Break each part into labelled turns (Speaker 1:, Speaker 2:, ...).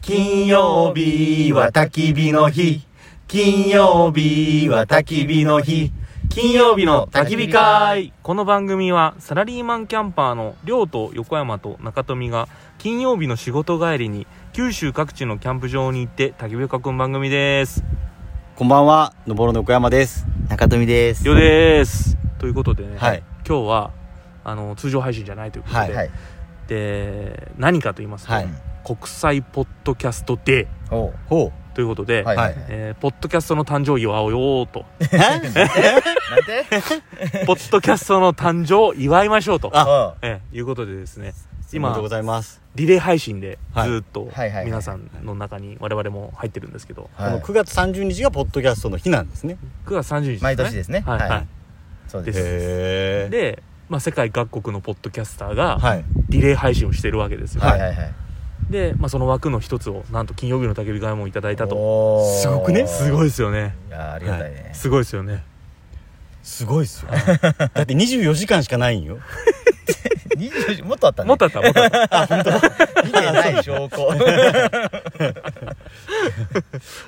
Speaker 1: 金曜日は焚き火の日。金曜日は焚き火の日。金曜日の焚き火会。
Speaker 2: この番組はサラリーマンキャンパーの亮と横山と中富が金曜日の仕事帰りに九州各地のキャンプ場に行って焚き火を囲む番組です。
Speaker 3: こんばんは、のぼろの小山です。
Speaker 4: 中富です。
Speaker 2: よです。ということでね、
Speaker 3: はい
Speaker 2: 今日はあの通常配信じゃないということで、
Speaker 3: はい
Speaker 4: はい。
Speaker 2: で何かと言いますと、
Speaker 3: はい
Speaker 2: 国際ポッドキャストデー
Speaker 4: おう
Speaker 3: ほ
Speaker 2: ということで、
Speaker 4: はい。
Speaker 3: はい
Speaker 2: えーポッドキャストの誕生日を祝おうと
Speaker 4: なんで
Speaker 2: ポッドキャストの誕生を祝いましょうと、
Speaker 3: あ
Speaker 4: は
Speaker 2: えーいうことでですね
Speaker 3: う。
Speaker 2: 今
Speaker 3: おめでとうございます。
Speaker 2: リレー配信でず
Speaker 3: はい
Speaker 2: ーっと
Speaker 4: はいはい
Speaker 2: 皆さんの中に我々も入ってるんですけど
Speaker 3: この
Speaker 4: い。
Speaker 3: 9月30日がポッドキャストの日なんですね。
Speaker 2: 9月30日、
Speaker 4: 毎年ですね。
Speaker 2: はいは
Speaker 4: そう
Speaker 2: で
Speaker 4: ですす。
Speaker 3: へ
Speaker 2: い
Speaker 3: ー。
Speaker 2: で、まあ、世界各国のポッドキャスターが
Speaker 3: はい。
Speaker 2: リレー配信をしてるわけですよ、
Speaker 4: はいはいはい。
Speaker 2: で、まあ、その枠の一つをなんと金曜日の焚き火会もいただいたと
Speaker 4: と
Speaker 3: すごくね
Speaker 2: すごい
Speaker 4: い。
Speaker 2: ですよね
Speaker 4: いやーありがたいね。
Speaker 2: すごいですよね
Speaker 3: すごいっすよ。 だって24時間しかないんよ。
Speaker 4: 24時もっとあったね。
Speaker 2: もっとあったもっとあった、
Speaker 4: 見てない証拠。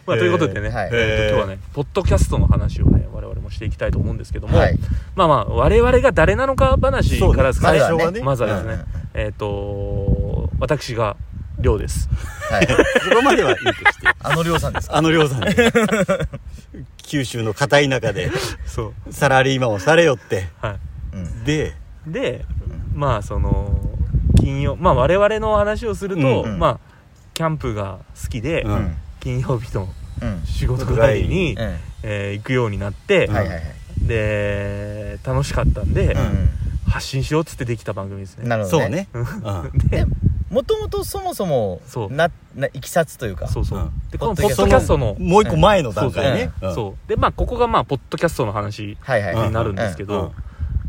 Speaker 2: まあ、ということでね、
Speaker 4: えーはい
Speaker 2: えーと今日はねポッドキャストの話をね我々もしていきたいと思うんですけども、
Speaker 4: はい。
Speaker 2: まあまあ我々が誰なのか話からです
Speaker 4: そうね
Speaker 2: ね最初
Speaker 4: まずは
Speaker 2: は
Speaker 4: ね
Speaker 2: まずはですね、
Speaker 4: うんうん
Speaker 2: えっ、と私が亮です
Speaker 4: はい。
Speaker 3: そこまではいいとして。
Speaker 4: あのりょうさんですか
Speaker 3: あの量さん。九州の片田舎で
Speaker 2: そう
Speaker 3: サラリーマンをされよって。
Speaker 2: は
Speaker 4: うん。
Speaker 3: で、
Speaker 2: いでまあその金曜まあ我々の話をすると、
Speaker 3: うん
Speaker 4: うん
Speaker 2: まあキャンプが好きで、
Speaker 3: うん
Speaker 4: うん。
Speaker 2: 金曜日の
Speaker 4: うん。
Speaker 2: 仕事帰りに、
Speaker 4: うん。
Speaker 2: えー行くようになっ
Speaker 4: は
Speaker 2: て、
Speaker 4: いはいはい。
Speaker 2: で楽しかったんで、
Speaker 4: う
Speaker 2: 発信しようっつってできた番組です
Speaker 4: ん。
Speaker 2: ね
Speaker 4: なるほど。
Speaker 3: そう。ね。
Speaker 2: うん
Speaker 3: うん
Speaker 2: で
Speaker 4: もともとそもそも、
Speaker 2: そう
Speaker 4: な、ないきさつというか。
Speaker 2: そうそう、
Speaker 3: うん
Speaker 2: でこのポッドキャストの
Speaker 3: もう一個前の段階ね。
Speaker 2: そう,、
Speaker 3: う
Speaker 2: でまあここがまあポッドキャストの話
Speaker 4: はいはいはい。
Speaker 2: になるんですけど、
Speaker 3: うんうんうん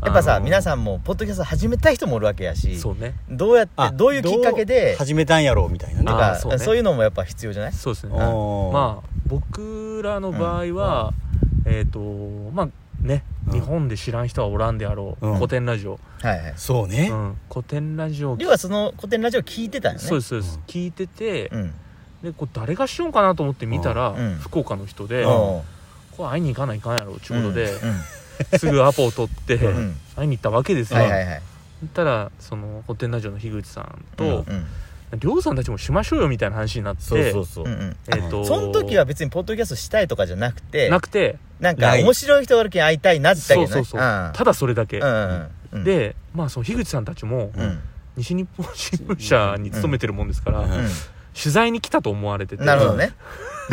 Speaker 2: あの
Speaker 4: やっぱさ、皆さんも、ポッドキャスト始めたい人もおるわけやし、
Speaker 2: そうね
Speaker 4: どうやっ
Speaker 3: あ
Speaker 4: て、どういうきっかけで、
Speaker 3: 始めたんやろうみたいなね
Speaker 4: と。
Speaker 2: あー
Speaker 4: か、
Speaker 2: そうね
Speaker 4: そういうのもやっぱ必要じゃない
Speaker 2: そうですね
Speaker 4: ん
Speaker 2: まあ僕らの場合は、えっ、とまあね、
Speaker 3: うん
Speaker 2: 日本で知らん人はおらんであろう、
Speaker 3: うん
Speaker 2: 古典ラジオ、
Speaker 4: はいはい
Speaker 3: あ。。そうね
Speaker 2: う。ん、古典ラジオ
Speaker 4: りょうはその古典ラジオ聞いてたよね。。
Speaker 2: そうですすそうです、
Speaker 3: うん
Speaker 2: 聞いてて、
Speaker 4: うん。
Speaker 2: でこう誰がしようかなと思って見たら、
Speaker 4: うん
Speaker 2: 福岡の人で、
Speaker 3: うん
Speaker 2: こ
Speaker 4: おう
Speaker 2: れ会いに行かないかんやろっちゅうことで、
Speaker 4: う
Speaker 2: すぐアポを取って、
Speaker 4: んうん
Speaker 2: 会いに行ったわけですよ、
Speaker 4: はいはいはい
Speaker 2: そしたらその古典ラジオの樋口さんと
Speaker 4: う、ん
Speaker 2: りょうさんたちもしましょうよみたいな話になって
Speaker 3: そうそうそう
Speaker 4: う。ん
Speaker 2: えー、と
Speaker 4: その時は別にポッドキャストしたいとかじゃなくて
Speaker 2: なくて
Speaker 4: なんか
Speaker 3: ない
Speaker 4: 面白い人がおるけん会いたいなって言
Speaker 2: そう
Speaker 4: った
Speaker 2: そ
Speaker 4: けどね
Speaker 2: うそう
Speaker 4: あ
Speaker 2: ただそれだけ、
Speaker 4: あうんうんうん
Speaker 2: でまあその樋口さんたちも
Speaker 4: うんうん
Speaker 2: 西日本新聞社に勤めてるもんですから、
Speaker 3: うん
Speaker 2: 取材に来たと思われてて
Speaker 4: なるほどね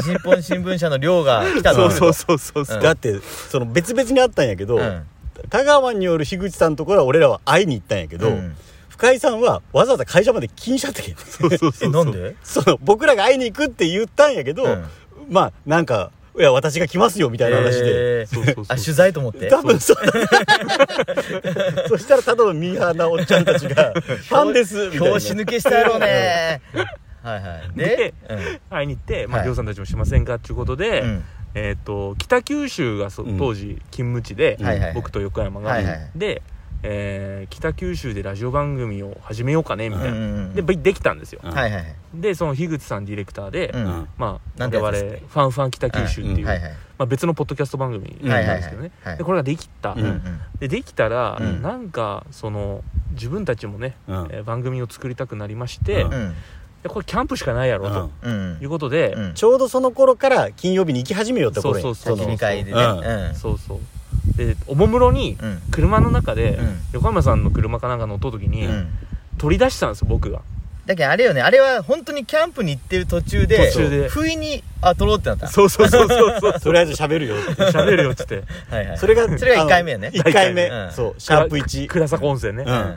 Speaker 4: 日本新聞社の寮が来た
Speaker 2: そ
Speaker 4: の
Speaker 2: うそうそうそうそう
Speaker 4: うん
Speaker 3: だってその別々にあったんやけど、
Speaker 4: うん
Speaker 3: 香川による樋口さんのところは俺らは会いに行ったんやけど、
Speaker 4: うん
Speaker 3: 深井さんはわざわざ会社まで気にしちゃったけん
Speaker 2: そうそうそう
Speaker 4: えなんで
Speaker 3: その僕らが会いに行くって言ったんやけど、
Speaker 4: うん
Speaker 3: まあなんか「いや私が来ますよ」みたいな話で、
Speaker 4: えー
Speaker 2: そうそうそう
Speaker 4: あ取材と思って
Speaker 3: 多分そうそしたらただのミーハーなおっちゃんたちが「ファンです」みたいな
Speaker 4: 拍子抜けしたやろうねはいはいで
Speaker 2: 会いに行って、まあ、
Speaker 4: はい
Speaker 2: りょうさんたちもしませんかっていうことで、
Speaker 4: うんうん
Speaker 2: えっ、と北九州がそ
Speaker 3: うん
Speaker 2: 当時勤務地で、
Speaker 4: はいはいはい
Speaker 2: 僕と横山が、
Speaker 4: はいはいはい
Speaker 2: で、えー北九州でラジオ番組を始めようかねみたいな、
Speaker 4: うんうんうん
Speaker 2: でぶできたんですよ、
Speaker 3: うん
Speaker 4: はいはいはい
Speaker 2: でその樋口さんディレクターで、
Speaker 4: うん
Speaker 3: うん
Speaker 2: まあ
Speaker 4: なん
Speaker 2: 我
Speaker 4: て
Speaker 2: 々
Speaker 4: やつ
Speaker 2: フ
Speaker 4: です
Speaker 2: ァンファン北九州っていう、
Speaker 4: はいはい
Speaker 2: まあ、別のポッドキャスト番組なんですけどね、
Speaker 4: はいはいはい
Speaker 2: でこれができた、
Speaker 3: うん
Speaker 2: でできたら、
Speaker 4: うん
Speaker 2: なんかその自分たちもね、
Speaker 3: うん
Speaker 2: えー番組を作りたくなりまして、
Speaker 3: う
Speaker 2: で
Speaker 4: うんうん
Speaker 2: これキャンプしかないやろと、
Speaker 4: うん
Speaker 2: いうことで、
Speaker 4: うん
Speaker 3: ちょうどその頃から金曜日に行き始めようってこれ
Speaker 2: そうそうそう
Speaker 4: 先に会でね
Speaker 3: うん
Speaker 2: そうそうでおもむろに
Speaker 4: うんうん
Speaker 2: 車の中で、
Speaker 4: うん
Speaker 2: 横山さんの車かなんか乗った時に、
Speaker 4: うん
Speaker 2: 取り出したんですよ僕が
Speaker 4: だけどあれよねあれは本当にキャンプに行ってる途中で
Speaker 2: 途中で
Speaker 4: 不意にあ撮ろうってなった
Speaker 2: そうそうそうそうそう
Speaker 3: とりあえず喋るよって
Speaker 2: 喋るよっつって
Speaker 4: はいはい
Speaker 3: それが
Speaker 4: それが一回目よね
Speaker 3: 1回目、
Speaker 4: 一回目うん
Speaker 3: そうシャープ1
Speaker 2: 倉坂温泉ね、
Speaker 3: うん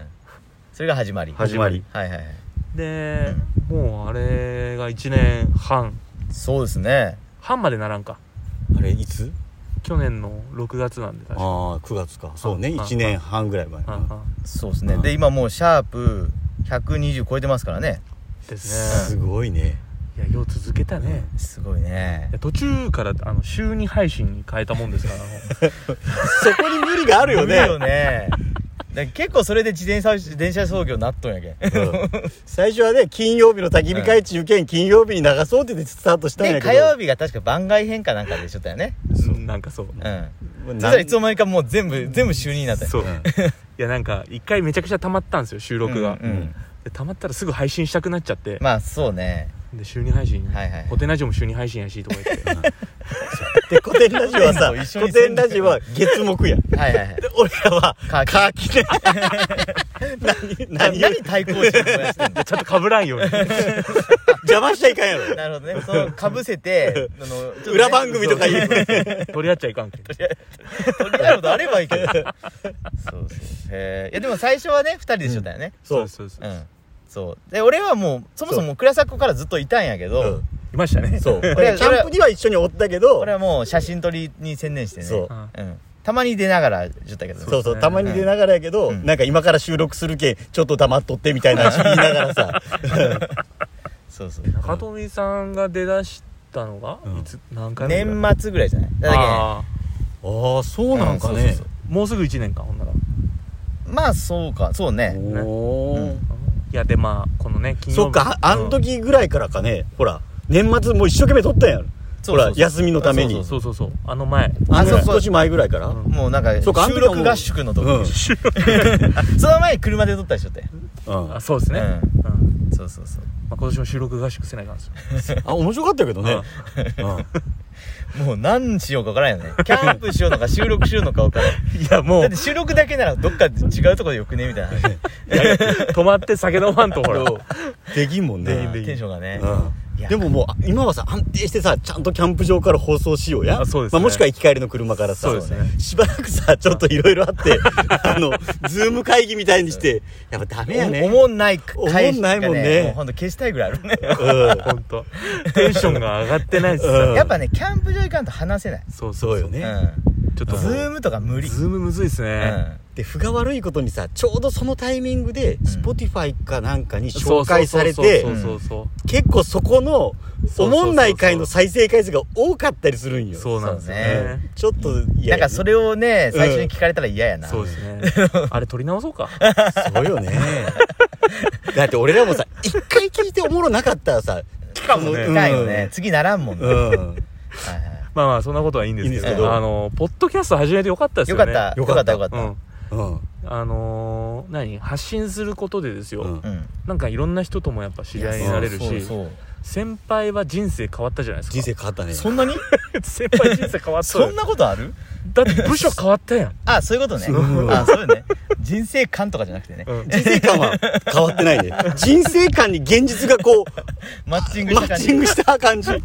Speaker 4: それが始まり
Speaker 3: 始まり
Speaker 4: はいはいはい
Speaker 2: で、もうあれが1年半
Speaker 4: そうですね
Speaker 2: 半までならんか
Speaker 3: あれいつ
Speaker 2: 去年の6月なんで確か
Speaker 3: ああ9月かそうね
Speaker 2: うん
Speaker 3: 1年半ぐらい前
Speaker 2: うんうん
Speaker 4: そうですね
Speaker 3: うん
Speaker 4: で今もうシャープ120超えてますからね
Speaker 2: です
Speaker 3: す
Speaker 2: ね
Speaker 3: ごいね
Speaker 2: いやよう続けたね、い
Speaker 4: すごいね
Speaker 2: や途中からあの週2配信に変えたもんですからあの
Speaker 3: そこに無理があるよ
Speaker 4: いい
Speaker 3: ね
Speaker 4: よねから結構それで自転車自転車操業なっとんやけん
Speaker 3: 最初はね金曜日の焚き火会中堅、金曜日に流そうって言ってスタートしたんや
Speaker 4: で
Speaker 3: けど
Speaker 4: 火曜日が確か番外編かなんかでしょったよね
Speaker 2: うんなんかそう
Speaker 4: うん
Speaker 3: もう
Speaker 4: そし
Speaker 3: な
Speaker 4: たらいつの間にかもう全部全部週2になったよ
Speaker 2: そういやなんか一回めちゃくちゃ溜まったんですよ収録が
Speaker 4: うんうん
Speaker 2: で溜まったらすぐ配信したくなっちゃって
Speaker 4: まあそうね
Speaker 2: で週2配信
Speaker 4: はいはい
Speaker 2: コテナジオも週2配信やしとか言って
Speaker 3: で古典ラジオはさ
Speaker 4: 一緒に
Speaker 3: 古典ラジオは月木やで
Speaker 4: はいはいはい
Speaker 3: 俺らは
Speaker 4: カーキ
Speaker 3: カーキで何
Speaker 4: 何
Speaker 3: 何を
Speaker 4: 何対抗心燃やしてんの
Speaker 2: ちょっとかぶらんように
Speaker 3: 邪魔しちゃいかんやろ
Speaker 4: なるほど ねそのかぶせてあのちょっとね
Speaker 3: 裏番組とか言う
Speaker 2: 取り合っちゃいかんけど
Speaker 4: そうみたいなことあればいいけどそうそうへえいやでも最初はね2人でしょったよね
Speaker 3: そう
Speaker 2: そうそううん
Speaker 4: そうで俺はもうそもそも倉迫からずっといたんやけど、
Speaker 3: うん
Speaker 2: いましたね
Speaker 3: そう
Speaker 4: れ
Speaker 3: 俺キャンプには一緒におったけど
Speaker 4: 俺はもう写真撮りに専念してね
Speaker 3: そ
Speaker 2: う
Speaker 3: う
Speaker 2: ん
Speaker 4: ん、たまに出ながらじゃったけどね
Speaker 3: そうそうたまに出ながらやけど、
Speaker 4: うん
Speaker 3: なんか今から収録するけんちょっと黙っとってみ たいな話言いながらさ
Speaker 4: そうそう
Speaker 2: 中富さんが出だしたのが
Speaker 3: うん
Speaker 2: いつ何回目
Speaker 4: 年末ぐらいじゃないだから
Speaker 2: あ
Speaker 3: ああそうなんか
Speaker 4: うんそう
Speaker 3: ね
Speaker 4: そう
Speaker 2: ーもうすぐ1年かほんなら
Speaker 4: まあそうかそうね
Speaker 2: そう
Speaker 3: おー
Speaker 4: うん
Speaker 2: いやでまあこのね金曜日
Speaker 3: そっかああの時ぐらいからかねほら年末もう一生懸命撮ったんやろ
Speaker 4: そ
Speaker 3: ほ
Speaker 4: うそうそう
Speaker 3: ら休みのため
Speaker 2: う
Speaker 3: に
Speaker 2: んそうそうそうあの前
Speaker 3: あそう
Speaker 4: そうそう
Speaker 3: 少し前ぐらいから
Speaker 2: うん
Speaker 4: もうなんか
Speaker 3: そうかあの
Speaker 4: 収
Speaker 3: 時はもう
Speaker 4: 録合宿の時、
Speaker 3: う ん
Speaker 4: その前に車で撮ったでしょって、
Speaker 3: うん
Speaker 2: あ
Speaker 3: あ
Speaker 2: そうですね
Speaker 4: うん
Speaker 2: うん
Speaker 4: そうそうそう
Speaker 2: まあ今年も収録合宿せないかんですよ
Speaker 3: 面白かったけどね
Speaker 4: もう何しようか分からん よねキャンプしようのか収録しようのか分からん
Speaker 2: いやも
Speaker 4: だっ
Speaker 2: う
Speaker 4: て収録だけならどっか違うとこでよくねみたいな話
Speaker 2: 泊まって酒飲まんとほら
Speaker 3: そうできんもん
Speaker 2: でき
Speaker 3: ね
Speaker 2: んできん
Speaker 4: テンションがね
Speaker 3: うん
Speaker 4: いや
Speaker 3: でももうあ今はさ安定してさちゃんとキャンプ場から放送しようや
Speaker 2: あそうですね
Speaker 3: まあ、もしくは行き帰りの車からさ
Speaker 2: そうですね
Speaker 3: しばらくさちょっといろいろあって あのズーム会議みたいにしてやっぱダメやね
Speaker 4: おもんない回しか
Speaker 3: おもんないもんね
Speaker 4: もうほんと消したいぐらいあるね
Speaker 3: うん
Speaker 2: 本当テンションが上がってないです
Speaker 3: うん
Speaker 4: やっぱねキャンプ場行かんと話せない
Speaker 2: そう
Speaker 3: そうよね
Speaker 4: う
Speaker 2: ちょっと
Speaker 4: ん
Speaker 2: もう
Speaker 4: ズームとか無理
Speaker 2: ズームむずいです
Speaker 4: う
Speaker 2: ね
Speaker 4: ん
Speaker 3: で負が悪いことにさちょうどそのタイミングで Spotify かなんかに
Speaker 2: そう
Speaker 3: 紹介されて
Speaker 2: そうそうそう
Speaker 3: 結構そこの
Speaker 2: そうそうそう
Speaker 3: おもんない回の再生回数が多かったりするん
Speaker 2: そう
Speaker 3: よ
Speaker 2: そうなんですよ
Speaker 4: そう
Speaker 2: ね
Speaker 3: ちょっとい
Speaker 4: なんかそれをね
Speaker 3: うん
Speaker 4: 最初に聞かれたら嫌やな
Speaker 2: そうですねあれ撮り直そうか
Speaker 3: そうよね だって俺らもさ一回聞いておもろなかったらさ
Speaker 4: しかも
Speaker 2: ね
Speaker 4: 痛いよね次ならんもんね
Speaker 3: う
Speaker 4: はい
Speaker 3: ん
Speaker 4: は
Speaker 2: まあまあそんなことはいいんですけ
Speaker 3: いいん
Speaker 2: ど
Speaker 3: ですけど
Speaker 2: あのポッドキャスト始めてよかったで
Speaker 4: い
Speaker 2: す
Speaker 4: よ
Speaker 2: よ
Speaker 4: か
Speaker 2: ね
Speaker 4: ったよ
Speaker 3: よ
Speaker 4: か
Speaker 3: か
Speaker 4: っ
Speaker 3: ったた
Speaker 4: よかった
Speaker 2: うん
Speaker 3: うん
Speaker 2: あのー何発信することでですよ、
Speaker 3: うん
Speaker 4: うん
Speaker 2: なんかいろんな人ともやっぱ知り合いになれる
Speaker 4: そう
Speaker 2: し
Speaker 4: そう
Speaker 2: 先輩は人生変わったじゃないですか
Speaker 3: 人生変わったね
Speaker 4: そんなに
Speaker 2: 先輩人生変わったよ
Speaker 4: そんなことある
Speaker 2: だって部署変わったやん
Speaker 4: あそういうことね
Speaker 3: うん
Speaker 4: あそうよね人生観とかじゃなくてね
Speaker 2: うん
Speaker 3: 人生観は 変わってないね人生観に現実がこう
Speaker 4: マッチングし
Speaker 3: マ
Speaker 4: た感
Speaker 3: ッ
Speaker 4: じ
Speaker 3: チングした感 じ
Speaker 4: よ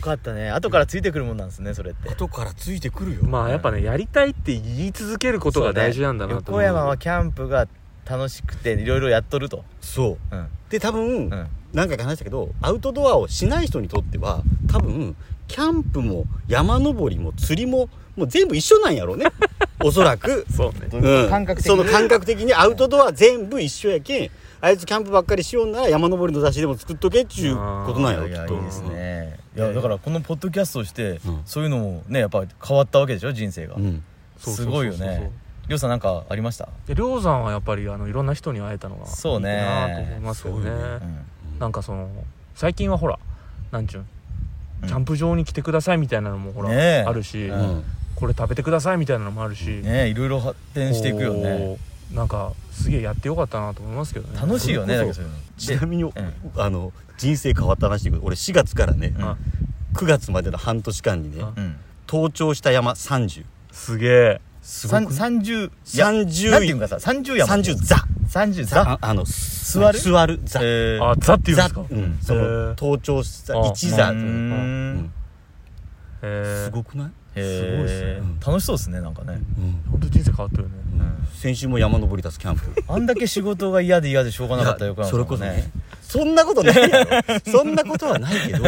Speaker 4: かったね後からついてくるもんなんですねそれって
Speaker 3: 後からついてくるよ
Speaker 2: まあやっぱねやりたいって言い続けることが大事なんだなと
Speaker 4: そう
Speaker 2: 思
Speaker 4: ね
Speaker 2: う
Speaker 4: 横山はキャンプが楽しくていろいろやっとると
Speaker 3: そう
Speaker 4: うん
Speaker 3: で多分、
Speaker 4: うん
Speaker 3: 何回か話したけどアウトドアをしない人にとっては多分キャンプも山登りも釣りももう全部一緒なんや ろうねおそらく、
Speaker 2: そうね
Speaker 3: うん、
Speaker 4: 感覚的
Speaker 3: その
Speaker 4: に
Speaker 3: 感覚的にアウトドア全部一緒やけんあいつキャンプばっかりしようなら山登りの雑誌でも作っとけっちゅうことなんやろ
Speaker 4: い
Speaker 3: き
Speaker 4: や
Speaker 3: っ
Speaker 4: い
Speaker 3: と
Speaker 4: いですねいやだからこのポッドキャストをして
Speaker 3: うん
Speaker 4: そういうのもねやっぱ変わったわけでしょ人生が
Speaker 3: うん
Speaker 2: そう
Speaker 4: すごいよ
Speaker 2: そうそうそうそう
Speaker 4: ねりょうさんなんかありました
Speaker 2: でりょうさんはやっぱりあのいろんな人に会えたのが
Speaker 4: そうね
Speaker 2: いいかなと思いますよね
Speaker 3: そうね
Speaker 4: うん
Speaker 2: なんかその最近はほらなんちゅう
Speaker 4: うん
Speaker 2: んキャンプ場に来てくださいみたいなのもほら、
Speaker 4: ねえ
Speaker 2: あるし、
Speaker 4: う
Speaker 3: うんん
Speaker 2: これ食べてくださいみたいなのもあるし、
Speaker 4: ねいろいろ発展していくよね
Speaker 2: こうなんかすげえやってよかったなと思いますけどね
Speaker 4: 楽しいよねだ
Speaker 3: そ
Speaker 4: け
Speaker 3: れ
Speaker 4: ど
Speaker 3: こそ
Speaker 4: そういうの
Speaker 3: ちなみに、
Speaker 4: ん
Speaker 3: あの人生変わった話で俺4月からね、
Speaker 4: うん
Speaker 2: あ
Speaker 3: 9月までの半年間にね
Speaker 2: あ
Speaker 4: うん
Speaker 3: 登頂した山30
Speaker 2: すげえ
Speaker 3: すご
Speaker 4: さん
Speaker 3: く
Speaker 4: 30いや
Speaker 3: 30
Speaker 4: なんていうんかさ30やもん
Speaker 3: 30ザ
Speaker 4: 30さ
Speaker 3: ああの
Speaker 4: 座る
Speaker 3: 座る座
Speaker 4: えー
Speaker 2: あザって言うんですか
Speaker 3: ザうんその登頂した一座
Speaker 4: うーん
Speaker 2: え
Speaker 3: すごくない
Speaker 4: へー
Speaker 2: すごいっすね
Speaker 4: うん楽しそうですねなんかね
Speaker 3: うん
Speaker 2: 本当人生変わったよね
Speaker 4: ん
Speaker 3: 先週も山登り出すキャンプ
Speaker 4: あんだけ仕事が嫌で嫌でしょうがなかったよ
Speaker 3: いやそれこそねそんなことないやろそんなことはない けど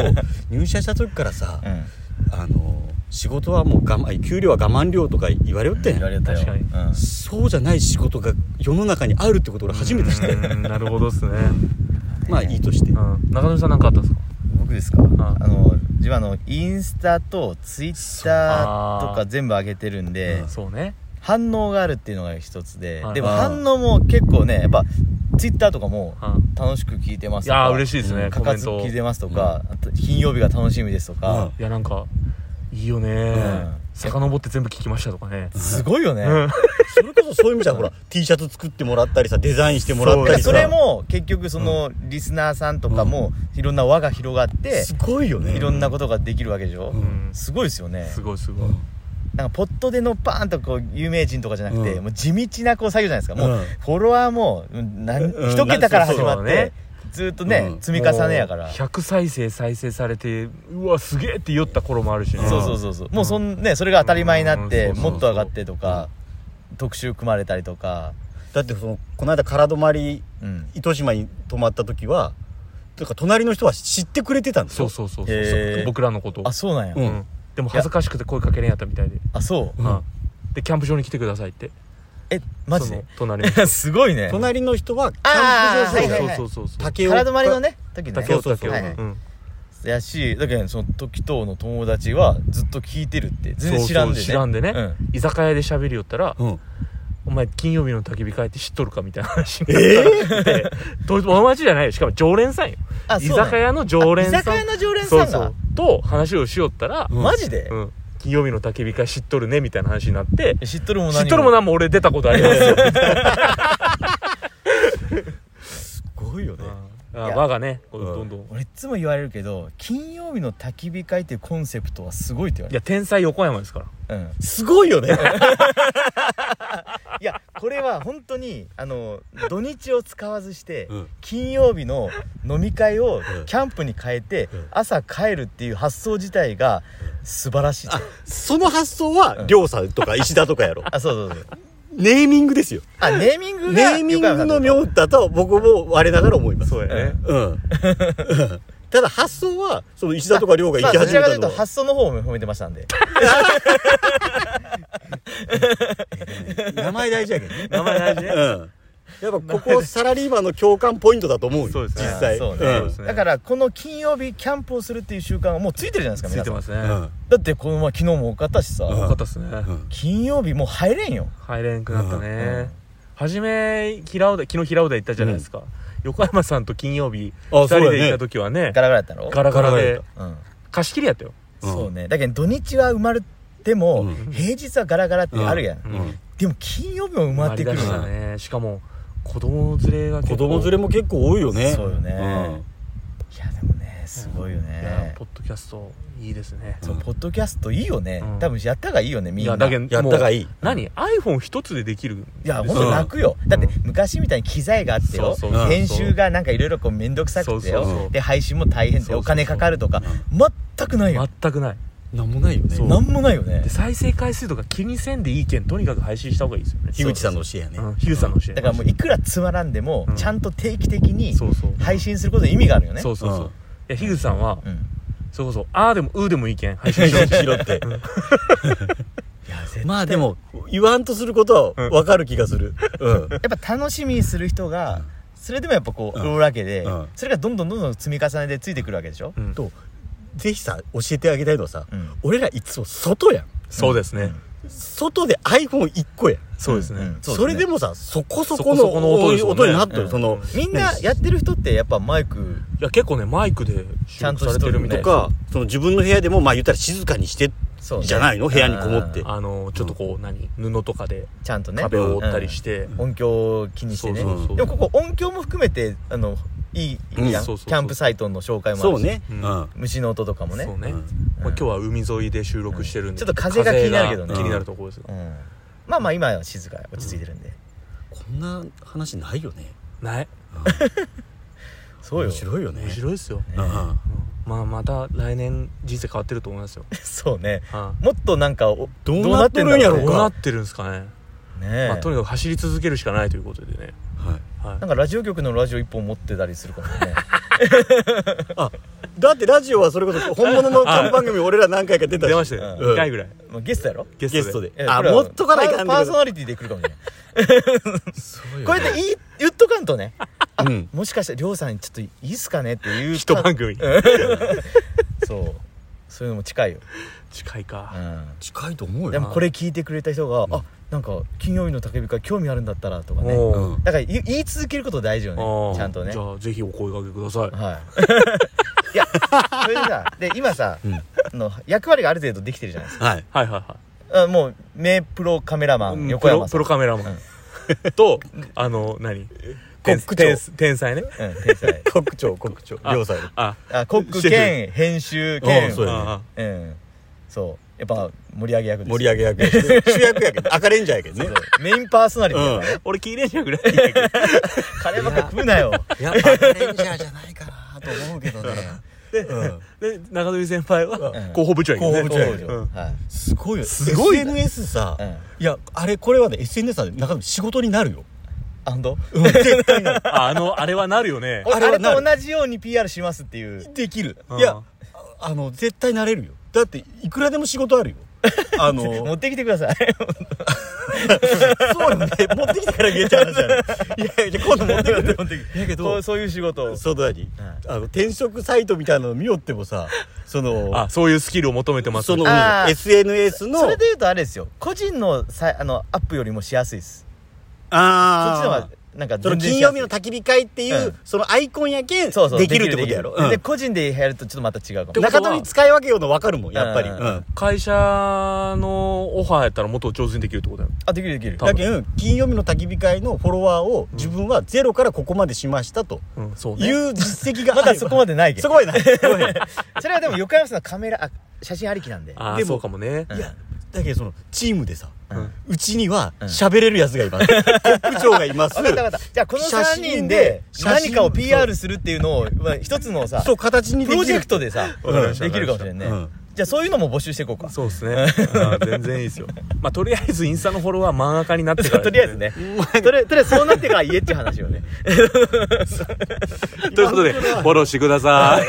Speaker 3: 入社した時からさ
Speaker 4: うん
Speaker 3: あの仕事はもう我慢給料は我慢料とか言われよってん
Speaker 4: 言われたよ
Speaker 2: 確かに
Speaker 4: うん
Speaker 3: そうじゃない仕事が世の中にあるってことを俺初めて知ったよ
Speaker 2: うんなるほどっすね、
Speaker 3: まあいいとして
Speaker 2: うん、中野さんなんかあったんですか
Speaker 4: 僕ですか
Speaker 2: あ
Speaker 4: あの自分あのインスタとツイッターと
Speaker 2: そ
Speaker 4: か
Speaker 2: う
Speaker 4: 全部上げてるんで
Speaker 3: うん
Speaker 2: そうね
Speaker 4: 反応があるっていうのが一つで、
Speaker 2: はい
Speaker 4: でも反応も結構ねやっぱツイッターとかも
Speaker 2: は
Speaker 4: 楽しく聞いてま
Speaker 2: い
Speaker 4: すとか
Speaker 2: やー嬉しいですね、
Speaker 4: 欠
Speaker 2: コメ
Speaker 4: か
Speaker 2: ン
Speaker 4: ず
Speaker 2: ト
Speaker 4: 聞い
Speaker 2: い
Speaker 4: てますとか、あと金曜日が楽しみですとか、
Speaker 2: やなんかいいよね、
Speaker 4: ん
Speaker 2: 遡って全部聞きましたとかね、
Speaker 4: すごいよね、
Speaker 2: うん
Speaker 3: それこそそういう意味じゃほら T シャツ作ってもらったりさデザインしてもらっ
Speaker 4: だか
Speaker 3: た
Speaker 4: ら
Speaker 3: りさ
Speaker 4: それも結局そのリスナーさんとかもいろんな輪が広がって
Speaker 3: すごいよね
Speaker 4: いろんなことができるわけでしょ、
Speaker 2: ん
Speaker 4: すごいですよね
Speaker 2: すごいすごい、
Speaker 4: なんかポットでのパーンとこう有名人とかじゃなくて、
Speaker 3: うん
Speaker 4: もう地道なこう作業じゃないですか、も
Speaker 3: うん
Speaker 4: うフォロワーもうんなん
Speaker 3: うん
Speaker 4: 一桁から始ま
Speaker 2: そう
Speaker 4: っ
Speaker 2: だね
Speaker 4: てずっとね、
Speaker 3: うん
Speaker 4: 積み重ねやから
Speaker 2: もう
Speaker 4: そ
Speaker 2: 100再生再生されてうわすげえって酔った頃もあるしね
Speaker 4: うそうそうそうもうそんねそれが当たり前になって、
Speaker 2: うん
Speaker 4: もっと上がってとか、特集組まれたりとか、
Speaker 3: だってそのこの間空泊まり
Speaker 4: うん、
Speaker 3: 糸島に泊まった時はというか隣の人は知ってくれてたんです
Speaker 2: そ
Speaker 3: よ
Speaker 2: うそうそうそう
Speaker 4: へー
Speaker 2: 僕らのこと
Speaker 4: あそうなんや、
Speaker 3: うん
Speaker 2: うんでも恥ずかしくて声かけれんやったみたいで、
Speaker 4: あそう
Speaker 3: うん
Speaker 2: うんでキャンプ場に来てくださいって
Speaker 4: えマジで
Speaker 2: その隣 に
Speaker 4: すごいね
Speaker 3: 隣の人はキャン
Speaker 4: あ
Speaker 3: プ
Speaker 4: ー
Speaker 3: 場
Speaker 4: は
Speaker 3: で
Speaker 4: いはい
Speaker 3: そう
Speaker 4: はい
Speaker 2: そうそうそうそう
Speaker 3: 竹を
Speaker 4: 空泊まりのね時ね
Speaker 2: 竹
Speaker 3: を
Speaker 2: 尾竹尾
Speaker 4: はいはい
Speaker 2: うん
Speaker 4: やしだけどその時藤の友達はずっと聞いてるって全然知らんでね
Speaker 2: そうそう知らんでね
Speaker 4: うん
Speaker 2: 居酒屋で喋りよったら、
Speaker 3: うん
Speaker 2: お前金曜日の焚き火会って知っとるかみたいな話になって、え友達じゃないよしかも常連さんよ
Speaker 4: あ
Speaker 2: 居
Speaker 4: そうなん
Speaker 2: 酒屋の常連さん
Speaker 4: あ居酒屋の常連さんが
Speaker 2: そうそうと話をしよったら、
Speaker 4: マジで、
Speaker 2: うん金曜日の焚き火会知っとるねみたいな話になって
Speaker 4: 知っとるも何
Speaker 2: 知っとるも
Speaker 4: な
Speaker 2: なんも俺出たことありますよ
Speaker 3: すごいよね
Speaker 2: あ
Speaker 4: いや
Speaker 2: 我がねこう
Speaker 3: うん
Speaker 2: どんどん
Speaker 4: 俺いつも言われるけど金曜日の焚き火会っていうコンセプトはすごいって言わ
Speaker 2: い
Speaker 4: れ
Speaker 2: や天才横山ですから
Speaker 4: るうん
Speaker 3: すごいよね
Speaker 4: いやこれは本当にあの土日を使わずして、
Speaker 3: うん
Speaker 4: 金曜日の飲み会を
Speaker 3: ん
Speaker 4: キャンプに変えて、
Speaker 3: ん
Speaker 4: 朝帰るっていう発想自体が素晴らしい
Speaker 3: あその発想はりょうさんとか石田とかやろ
Speaker 4: あそうそうそう
Speaker 3: ネーミングですよ
Speaker 4: あネーミング
Speaker 3: ネ
Speaker 4: が
Speaker 3: ーミン
Speaker 4: 横
Speaker 3: グの
Speaker 4: 山さんだ
Speaker 3: 妙だと僕も我ながら思います
Speaker 2: そうやね
Speaker 3: うん ただ発想はその石田とかりょうが
Speaker 4: ま
Speaker 3: 行
Speaker 4: あ
Speaker 3: き
Speaker 4: ど
Speaker 3: 始
Speaker 4: ちら
Speaker 3: め
Speaker 4: かとい
Speaker 3: た
Speaker 4: うと
Speaker 3: のは
Speaker 4: 発想の方を褒めてましたんで
Speaker 3: 名前大事やけどね
Speaker 2: 名前大事ね
Speaker 3: うんやっぱここサラリーマンの共感ポイントだと思うよ
Speaker 2: そうです
Speaker 3: 実
Speaker 2: ね
Speaker 3: 際
Speaker 4: あそう
Speaker 2: うん
Speaker 4: ね
Speaker 2: そうですね
Speaker 4: だからこの金曜日キャンプをするっていう習慣がもうついてるじゃないですか
Speaker 2: ついてますすね
Speaker 3: うんうん
Speaker 4: だってこのまま昨日も多かったしさ、
Speaker 3: うん
Speaker 2: よかったっすね
Speaker 3: うん
Speaker 4: 金曜日もう入れんよ
Speaker 2: 入れんくなったね、
Speaker 4: うんうん
Speaker 2: 初め平尾台昨日平尾台行ったじゃないですか、横山さんと金曜日
Speaker 3: あ
Speaker 2: 2人
Speaker 3: そうやね
Speaker 2: で行った時はね
Speaker 4: ガラガラやったろ
Speaker 2: ガラガラ
Speaker 3: ガラガラや
Speaker 2: で
Speaker 3: っ
Speaker 4: うん
Speaker 2: 貸し切りやったよ
Speaker 3: うん
Speaker 4: そうねだけど土日は埋まるでも、
Speaker 3: うん
Speaker 4: 平日はガラガラってあるやん、
Speaker 2: うん
Speaker 4: でも金曜日も埋まってくる
Speaker 2: 回り
Speaker 4: よ
Speaker 2: だしたねしかも子供連れが結
Speaker 3: 子
Speaker 2: 構
Speaker 3: 供連れも結構多いよね
Speaker 4: そうよね
Speaker 3: ん
Speaker 4: いやでもねすごいよ
Speaker 2: いや
Speaker 4: ね、
Speaker 2: ポッドキャストいいですね
Speaker 4: そうポッドキャストいいよね、
Speaker 2: うん
Speaker 4: 多分やった方がいいよねみん
Speaker 2: い
Speaker 4: な
Speaker 2: やだけど
Speaker 3: やったがいい
Speaker 2: もう何 iPhone 一つでできるんです
Speaker 4: い
Speaker 2: よ
Speaker 4: や、ほんと楽よ。だって、昔みたいに機材があってよ
Speaker 2: そう
Speaker 3: そうそう。
Speaker 4: 編集がなんかいろいろこうめんどくさくて
Speaker 2: そうそうそ
Speaker 4: よ
Speaker 2: う。
Speaker 4: で、配信も大変
Speaker 2: そうそう
Speaker 4: で
Speaker 2: そう
Speaker 4: お金かかるとか、全くないよ。
Speaker 2: 全くない
Speaker 3: なんもないよね
Speaker 2: そう
Speaker 4: なんもないよね
Speaker 2: で。再生回数とか気にせんでいいけんとにかく配信した方がいいですよね
Speaker 3: 樋口さんの教えやね
Speaker 2: うん樋口さんの教え
Speaker 4: だからもういくらつまらんでも
Speaker 2: うん、
Speaker 4: ちゃんと定期的に
Speaker 2: そうそう
Speaker 4: 配信することに意味があるよね。
Speaker 2: そうそうそう
Speaker 3: うん
Speaker 2: いや樋口さんは
Speaker 4: うん。
Speaker 2: それこそあーでもうーでもいいけん配信しようって
Speaker 3: 拾って
Speaker 4: いや、絶対
Speaker 3: まあでも言わんとすることは分かる気がす るうん
Speaker 4: やっぱ楽しみにする人が、それでもやっぱこう、
Speaker 3: うん
Speaker 4: ローラけで
Speaker 3: うん、
Speaker 4: それがどんどんどんどん積み重ねでついてくるわけでしょ
Speaker 2: う。ん
Speaker 3: とぜひさ教えてあげたいのはさ、
Speaker 4: うん
Speaker 3: 俺らいつも外やん
Speaker 2: そうですね
Speaker 3: 外で iPhone1 個やん
Speaker 2: そうですね
Speaker 4: うん
Speaker 3: そ,、
Speaker 4: そうですね
Speaker 3: れでもさそこそこ
Speaker 2: そ
Speaker 3: の
Speaker 2: こそこの音ですよね
Speaker 3: 音になってる、
Speaker 4: うん
Speaker 3: その
Speaker 4: みんなやってる人ってやっぱマイク、
Speaker 2: いや結構ねマイクで収録されてるみたい
Speaker 3: と
Speaker 2: で
Speaker 4: ね
Speaker 2: す
Speaker 3: かその自分の部屋でもまあ言ったら静かにして
Speaker 4: そうね
Speaker 3: じゃないの部屋にこもって
Speaker 4: うん
Speaker 2: あのちょっとこう何布とかで
Speaker 4: ちゃんとね。
Speaker 2: 壁を覆ったりして
Speaker 4: 音響を気にしてね
Speaker 2: そうそうそう
Speaker 4: でもここ音響も含めてあのいい
Speaker 3: うん
Speaker 4: やん
Speaker 2: そうそうそう
Speaker 4: キャンプサイトの紹介もあるし
Speaker 3: そうね
Speaker 2: う
Speaker 3: うんん、
Speaker 4: 虫の音とかもね
Speaker 2: そうね
Speaker 3: うん
Speaker 2: まあ今日は海沿いで収録してる
Speaker 4: う
Speaker 2: んで
Speaker 4: んちょっと風が気になるけどね
Speaker 2: 風が気になるところですよ
Speaker 4: うんまあまあ今は静か落ち着いてるんで、
Speaker 3: こんな話ないよね
Speaker 2: ない
Speaker 4: そうよ
Speaker 3: 面白いよね
Speaker 2: 面白いですよ
Speaker 3: うん
Speaker 2: うんまあまた来年人生変わってると思います よ
Speaker 4: そうね
Speaker 2: は
Speaker 4: もっとなんかお
Speaker 3: どうなってるんや
Speaker 2: い
Speaker 4: ど
Speaker 3: ろ
Speaker 2: どう
Speaker 4: う
Speaker 2: な
Speaker 4: な
Speaker 2: っ
Speaker 4: って
Speaker 2: るんですかね
Speaker 4: てんだろうねねえ、
Speaker 2: まあとにかく走り続けるしかないということでね
Speaker 3: はい、
Speaker 2: はい
Speaker 4: なんかラジオ局のラジオ一本持ってたりするかも ね
Speaker 3: あだってラジオはそれこそ本物のキャンプ番組俺ら何回か出たし
Speaker 2: 出ましたよ
Speaker 4: うん
Speaker 2: 2回ぐらい
Speaker 4: まあゲストやろ
Speaker 2: ゲ
Speaker 3: ゲストで
Speaker 4: え
Speaker 3: あ
Speaker 4: これは
Speaker 3: 持っとかないかん
Speaker 4: パーパーソ
Speaker 3: っ
Speaker 4: ナリティで来るかもね
Speaker 3: て
Speaker 4: こうやって言い言っとかんとね
Speaker 3: とうん
Speaker 4: もしかしたらりょうさんにちょっといいっすかねっていう
Speaker 2: 一番組
Speaker 4: そうそういうのも近いよ、
Speaker 2: 近いか、
Speaker 4: う
Speaker 3: 近いと思うよ
Speaker 4: ん、
Speaker 3: な
Speaker 4: でもこれ聞いてくれた人が、あなんか金曜日の焚き火会興味あるんだったらとかね
Speaker 2: お
Speaker 3: うん
Speaker 4: だから言言い続けること大事よ
Speaker 2: あ
Speaker 4: ね
Speaker 2: ー
Speaker 4: ちゃんとね
Speaker 2: じゃあぜひお声掛けください
Speaker 4: はいいやそれでさで今さ、
Speaker 3: うん
Speaker 4: あの役割がある程度できてるじゃないです
Speaker 3: はい
Speaker 2: はいはいは
Speaker 4: かあもう名プロカメラマ
Speaker 2: い
Speaker 4: ン
Speaker 2: うん
Speaker 4: 横山
Speaker 2: プ
Speaker 4: さん
Speaker 2: ロプロカメラマン、 とあの何天
Speaker 3: 国
Speaker 2: 天天才ね
Speaker 4: うん天才
Speaker 3: 国長国長
Speaker 2: あ
Speaker 3: 両サイド
Speaker 2: あ
Speaker 4: あコック
Speaker 2: シェフ
Speaker 4: 兼編集兼
Speaker 3: うんそうやね
Speaker 2: あ
Speaker 4: うんそうやっぱ盛り上げ役です
Speaker 3: 盛り上げ役やけど主役やけど赤レンジャーやけどね
Speaker 4: メインパーソナリティだからね、
Speaker 2: あ俺聞いれんじゃんぐらいいいけど
Speaker 4: カレーばっか食うなよ
Speaker 3: いや赤レンジャーじゃないかなと思うけどねうん
Speaker 2: で中鳥先輩は
Speaker 4: うん
Speaker 2: 広報部長やけどね
Speaker 3: 広報部長やけど
Speaker 2: うん
Speaker 4: はい
Speaker 3: すごいよ
Speaker 2: すごいね
Speaker 3: SNS さ、
Speaker 4: うん
Speaker 3: いやあれこれはね SNS はね中身仕事になるよ
Speaker 4: あ本当
Speaker 3: うん絶対なる
Speaker 2: ああのあれはなるよ ね
Speaker 4: 俺
Speaker 3: あ
Speaker 4: あ
Speaker 3: れ
Speaker 4: れ
Speaker 3: はなる
Speaker 4: と同じように PR しますっていう
Speaker 3: できる
Speaker 2: うん
Speaker 3: いやああの絶対なれるよだっていくらでも仕事ある よあの
Speaker 4: 持ってきてください
Speaker 3: そうよね持ってきてから言えちゃうじゃんいやいや今度持ってくるだ け
Speaker 4: そ
Speaker 3: ど
Speaker 4: うそういう仕事を
Speaker 3: そうだに、あの転職サイトみたいなの見よってもさその
Speaker 2: あそういうスキルを求めてます
Speaker 3: その
Speaker 4: あー
Speaker 3: SNS の
Speaker 4: それで言うとあれですよ個人のさあのアップよりもしやすいですそっちの方
Speaker 3: あ
Speaker 4: がなんか
Speaker 3: あその
Speaker 4: 全然
Speaker 3: 金
Speaker 4: しやす
Speaker 3: 曜
Speaker 4: い
Speaker 3: 日の焚き火会っていう、
Speaker 4: うん
Speaker 3: そのアイコンやけん
Speaker 4: そうそう
Speaker 3: できるってことやろ
Speaker 4: できる
Speaker 3: う
Speaker 4: で
Speaker 3: ん
Speaker 4: 個人でやるとちょっとまた違うかも
Speaker 2: で
Speaker 3: 中取り使い分けようの分かるもんやっぱり、
Speaker 4: うん
Speaker 3: うん
Speaker 2: 会社のオファーやったらもっと上手にできるってことやろ
Speaker 4: あできるできる
Speaker 2: 多分
Speaker 3: だけん金曜日の焚き火会のフォロワーを自分はゼロからここまでしましたと
Speaker 2: うんそうね
Speaker 3: いう実績があ
Speaker 4: ま
Speaker 3: れば
Speaker 4: だそこまでないけ
Speaker 3: そ
Speaker 4: ど
Speaker 3: こまでないごめん
Speaker 4: それはでも横山さんのカメラあ写真ありきなんで
Speaker 2: あ
Speaker 3: で
Speaker 2: あ
Speaker 3: も
Speaker 2: そうかもね
Speaker 4: うん
Speaker 3: いやだけどそのチームでさ、う
Speaker 2: うん
Speaker 3: ちには
Speaker 4: うん
Speaker 3: 喋れるやつが います、国長がいます
Speaker 4: 分かった分かったじゃあこの
Speaker 3: 写
Speaker 4: 3
Speaker 3: 真
Speaker 4: 人
Speaker 3: で
Speaker 4: で
Speaker 3: 写真
Speaker 4: 何かを PR するっていうのをまあ一つのさ
Speaker 3: そう形にで
Speaker 4: プ
Speaker 3: きる
Speaker 4: ロジェクトでさ
Speaker 3: わかりました
Speaker 4: できるかもしれんね
Speaker 3: うん
Speaker 4: じゃあそういうのも募集していこうか
Speaker 2: そうですねあー全然いいです よまあとりあえずインスタのフォロワー真ん赤になってから
Speaker 4: とりあえずねとりあえずとりあえずそうなってから言えっていう話をね
Speaker 2: ということで、フォローしてくださ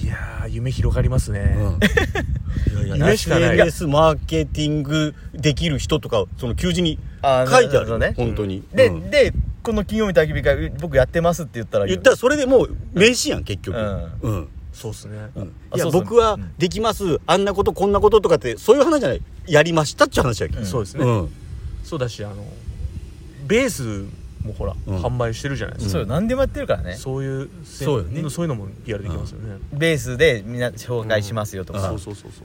Speaker 2: い。いやー、夢広がりますね。
Speaker 3: うん、い やいや
Speaker 2: 夢しかない
Speaker 3: SNS マーケティングできる人とかその求人に
Speaker 4: あー
Speaker 3: 書いて
Speaker 4: なる
Speaker 3: ある
Speaker 4: ほどね
Speaker 3: 本当に、
Speaker 4: で
Speaker 3: うん
Speaker 4: でこの金曜日焚き火会僕やってますって言ったら
Speaker 3: 言ったらそれでもう名刺やん結局
Speaker 4: うん
Speaker 3: うん
Speaker 2: そうっすね。
Speaker 3: うん
Speaker 4: あ
Speaker 3: いや
Speaker 4: そうそう
Speaker 3: 僕はできますあんなことこんなこととかってそういう話じゃないやりましたっちゅう話やけど、
Speaker 4: うん
Speaker 2: そうですね、
Speaker 3: うん
Speaker 2: そうだし、あの、ベースもほら、
Speaker 3: うん
Speaker 2: 販売してるじゃないです
Speaker 4: そ
Speaker 2: か。
Speaker 4: うよ何でもやってるからね
Speaker 2: そういう、
Speaker 3: そうよね
Speaker 2: そういうのも PR できますよね。
Speaker 4: ベースでみんな紹介しますよとか
Speaker 2: そ
Speaker 4: そうう
Speaker 2: そうそうそう。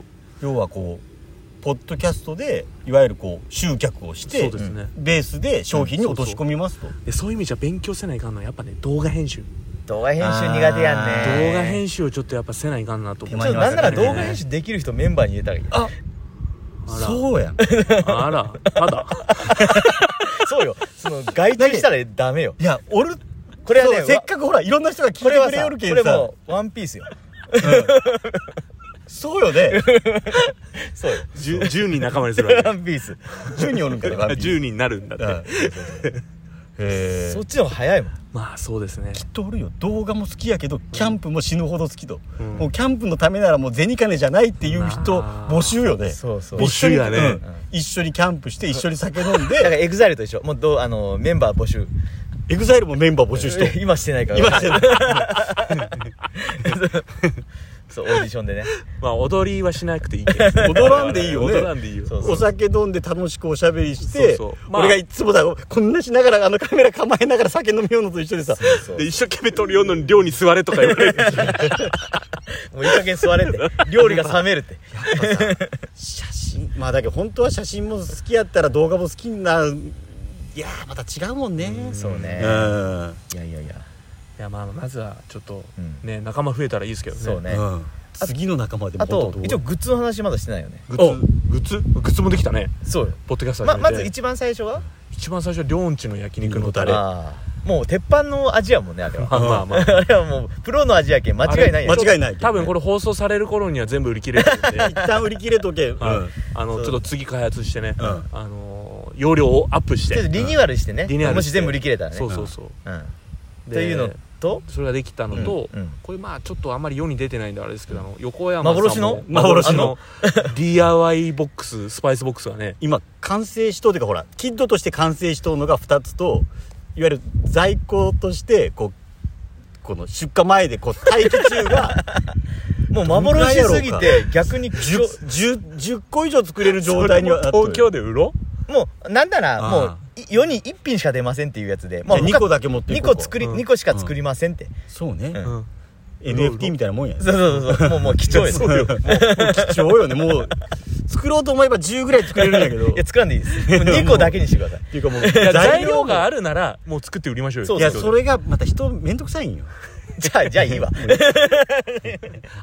Speaker 3: 要はこうポッドキャストでいわゆるこう集客をして
Speaker 2: そうですね。
Speaker 3: ベースで商品に落とし込みますと、
Speaker 2: でそういう意味じゃ勉強せないかんのはやっぱね動画編集、
Speaker 4: 動画編集苦手やん
Speaker 3: あ
Speaker 4: ね
Speaker 2: 動画編集をちょっとやっぱせないかんなと思
Speaker 4: ちょっ
Speaker 2: っ
Speaker 4: となんなら動画編集できる人メンバーに入れたらいいよ
Speaker 2: あら
Speaker 3: そうやん
Speaker 2: あらた だ
Speaker 4: そうよその外注したらダメよ
Speaker 3: いや俺
Speaker 4: これは
Speaker 3: そ
Speaker 4: ね
Speaker 3: うせっかくほらいろんな人が聞いて
Speaker 4: こ
Speaker 3: く
Speaker 4: れはさ
Speaker 3: れよ
Speaker 4: こ
Speaker 3: るけん
Speaker 4: れ
Speaker 3: さ
Speaker 4: もうワンピースよ
Speaker 3: そうよね
Speaker 4: そうよ
Speaker 2: 10, 人仲間にす るわ
Speaker 4: ワンピース
Speaker 3: 10人おるんかねワン
Speaker 2: け
Speaker 3: ピー
Speaker 2: 10人になるんだって、
Speaker 3: スうん へえ
Speaker 4: そっちの方が早いもん
Speaker 2: まあそうですね
Speaker 3: きっとおるよ動画も好きやけどキャンプも死ぬほど好きと、
Speaker 2: うん
Speaker 3: もうキャンプのためならもう銭金じゃないっていう人
Speaker 2: なあ
Speaker 3: 募集よね
Speaker 4: そうそう
Speaker 3: 一緒に
Speaker 2: 募集やね
Speaker 3: うん一緒にキャンプして一緒に酒飲ん
Speaker 4: だから
Speaker 3: で
Speaker 4: エグザイルと一緒もうどうあのメンバー募集
Speaker 3: エグザイルもメンバー募集して
Speaker 4: 今してないから
Speaker 3: 今してる
Speaker 4: そうオーディションでね
Speaker 2: まあ踊りはしなくていいけど
Speaker 3: 踊らんでいいよね
Speaker 2: 踊らんでいいよ
Speaker 4: そう
Speaker 3: お酒飲んで楽しくおしゃべりして
Speaker 2: そうそうまあ
Speaker 3: 俺がいつもだこんなしながらあのカメラ構えながら酒飲みようのと一緒でさ
Speaker 4: そう
Speaker 2: で一生懸命取り寄んのに寮に座れとか言わ れる
Speaker 4: もういい加減座れって料理が冷めるって
Speaker 3: 写真まあだけど本当は写真も好きやったら動画も好きなんいやーまた違うもんね
Speaker 4: そうね
Speaker 3: うん
Speaker 4: いやいやいや
Speaker 2: いやまあまずはちょっと
Speaker 4: うん
Speaker 2: ね仲間増えたらいいですけどね
Speaker 4: そうね
Speaker 3: うん次の仲間でも
Speaker 4: あと
Speaker 3: 本当どう
Speaker 4: 一応グッズの話まだしてないよね
Speaker 2: グッズグッズグッズもできたね
Speaker 4: そうよ
Speaker 2: ポッドキャスト
Speaker 4: ま
Speaker 2: 始め
Speaker 4: ま
Speaker 2: て
Speaker 4: ず一番最初は
Speaker 2: 一番最初は寮んちの焼肉のタレま
Speaker 4: ああもう鉄板の味やもんねあれは
Speaker 2: あまあまあ
Speaker 4: あれはもうプロの味やけん間違いないよ
Speaker 3: あれ間違いないけどね
Speaker 2: 多分これ放送される頃には全部売り切れてるんで
Speaker 3: 一旦売り切れとけ、
Speaker 2: は
Speaker 3: う
Speaker 2: い
Speaker 3: ん
Speaker 2: あのちょっと次開発してね
Speaker 3: うん
Speaker 2: あのー容量をアップし
Speaker 4: ちょってとリニューアルしてね、
Speaker 2: リニューアル
Speaker 4: も
Speaker 2: して
Speaker 4: し全部売り切れたらね
Speaker 2: そうそうそう
Speaker 4: うん、
Speaker 2: で
Speaker 4: というのと
Speaker 2: それができたのと、
Speaker 4: うんうん
Speaker 2: これまあちょっとあんまり世に出てないんであれですけどあの横山さんも
Speaker 4: 幻の
Speaker 2: 幻の
Speaker 4: 幻
Speaker 2: DIY ボックススパイスボックスがね
Speaker 3: 今完成しとうというかほらキッドとして完成しとうのが2つといわゆる在庫としてこうこの出荷前でこう待機中が
Speaker 4: もう幻すぎて逆に貴重
Speaker 3: 10, 10個以上作れる状態には
Speaker 2: それも東京で売ろう
Speaker 4: もうなんなら
Speaker 3: あー
Speaker 4: もうい世に1品しか出ませんっていうやつでもう
Speaker 3: 2個だけ持ってい
Speaker 4: 2
Speaker 3: こう
Speaker 4: 個作り、
Speaker 2: うん
Speaker 4: 二個しか作りませんって、
Speaker 3: そうね、
Speaker 4: うん
Speaker 2: うん
Speaker 3: NFT みたいなもんやね
Speaker 4: そうそうそうもうもう貴重や
Speaker 2: そうよ
Speaker 3: 貴重よねもう作ろうと思えば10ぐらい作れるんやけど
Speaker 4: いや作らんでいいですもう2個だけにしてください
Speaker 3: っていうかもう
Speaker 2: いや材料
Speaker 3: も
Speaker 2: があるならもう作って売りましょうよ
Speaker 4: そう
Speaker 3: いや
Speaker 2: 東
Speaker 3: そ
Speaker 2: 京で
Speaker 3: れがまた人めんどくさいんよ
Speaker 4: じゃあじゃあいいわ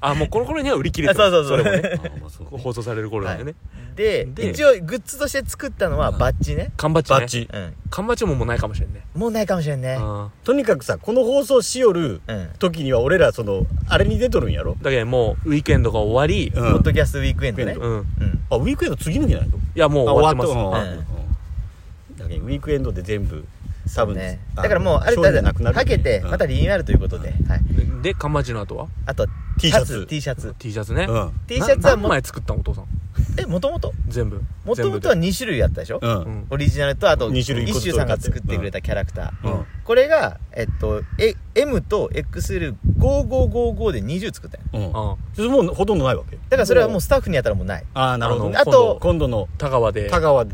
Speaker 2: あもうこの頃には売り切れ
Speaker 4: あ
Speaker 2: て
Speaker 4: そうそうそ
Speaker 2: ます
Speaker 4: う
Speaker 2: れもね
Speaker 3: あまあそう
Speaker 2: 放送される頃なんでね
Speaker 4: で
Speaker 2: で
Speaker 4: 一応グッズとして作ったのはバッジね、
Speaker 2: 缶バッチね
Speaker 3: バッチ
Speaker 4: うん、
Speaker 2: 缶バッチももうないかもしれんね
Speaker 4: もうないかもしれんね
Speaker 2: あ
Speaker 3: とにかくさこの放送しよる
Speaker 4: うん
Speaker 3: 時には俺らそのあれに出とるんやろ
Speaker 2: ーだけどもうウィークエンドが終わり
Speaker 3: う
Speaker 4: ポッ
Speaker 3: ん
Speaker 4: ドキャストウィークエンドね
Speaker 2: うん
Speaker 4: うん
Speaker 3: あウィークエンド次の日ないの
Speaker 2: いやもう
Speaker 3: あ
Speaker 2: 終わってま
Speaker 3: 終わったうんだけどウィークエンドで全部多分
Speaker 4: ね
Speaker 3: あの
Speaker 4: だからもうあれ
Speaker 3: 商品
Speaker 4: だ
Speaker 3: なくなる
Speaker 4: はけて
Speaker 3: うん
Speaker 4: またリニューアルということで、はい、
Speaker 2: すで缶バッチの後は
Speaker 4: あと
Speaker 3: T シャツ
Speaker 4: T シャツ
Speaker 2: T シャツね
Speaker 3: うん
Speaker 4: T シャツはも
Speaker 2: な何
Speaker 4: う
Speaker 2: 枚作ったんお父さん
Speaker 4: えもともと
Speaker 2: 全部
Speaker 4: もともとは
Speaker 2: 全部
Speaker 4: 2種類あったでしょ、
Speaker 3: う
Speaker 2: でうんん
Speaker 4: オリジナルとあと
Speaker 3: 二種類
Speaker 4: 一周さんが作ってくれたキャラクター、
Speaker 3: うん
Speaker 4: これが、えっと、え M と XL5555 で20作ったんよ
Speaker 3: うん
Speaker 2: あー
Speaker 3: それもうほとんどないわけ
Speaker 4: だからそれはもうスタッフにやったらもうない
Speaker 3: ああなるほど
Speaker 4: あと
Speaker 3: 今度の
Speaker 2: 田川で
Speaker 3: 香川
Speaker 4: だ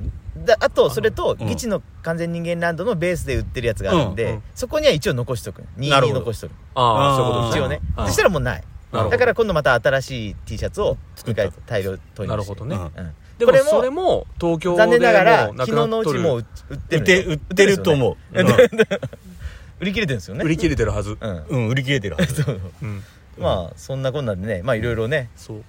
Speaker 4: あとそれと
Speaker 3: うん
Speaker 4: ギチの完全人間ランドのベースで売ってるやつがあるんで、
Speaker 2: うんうん
Speaker 4: そこには一応残しとく
Speaker 3: な
Speaker 4: 22
Speaker 3: るほど
Speaker 4: 残しとく
Speaker 2: ああそういうこと
Speaker 3: ん
Speaker 2: です
Speaker 4: 一
Speaker 2: ね
Speaker 4: 応ね
Speaker 3: うん
Speaker 4: そしたらもうない
Speaker 2: なるほど
Speaker 4: だから今度また新しい T シャツを作
Speaker 3: った
Speaker 4: 回大量投入して
Speaker 2: なるほどね、
Speaker 3: うん
Speaker 4: うん
Speaker 2: で
Speaker 4: こ
Speaker 2: も
Speaker 4: れも
Speaker 2: それも東京で
Speaker 4: 残念ながら
Speaker 2: もうな
Speaker 4: 昨日
Speaker 2: くなっ
Speaker 4: のう
Speaker 2: と
Speaker 4: ち
Speaker 2: る
Speaker 4: もう売って
Speaker 3: 売っ
Speaker 4: る
Speaker 3: て
Speaker 4: よ
Speaker 3: 売ってると思う
Speaker 4: 売ってるよね売り切れてるんですよね
Speaker 2: 売り切れてるはず
Speaker 4: うん
Speaker 3: うんうん売り切れてるはず
Speaker 2: うん
Speaker 4: まあそんなこんなんでねまあいろいろね
Speaker 2: そう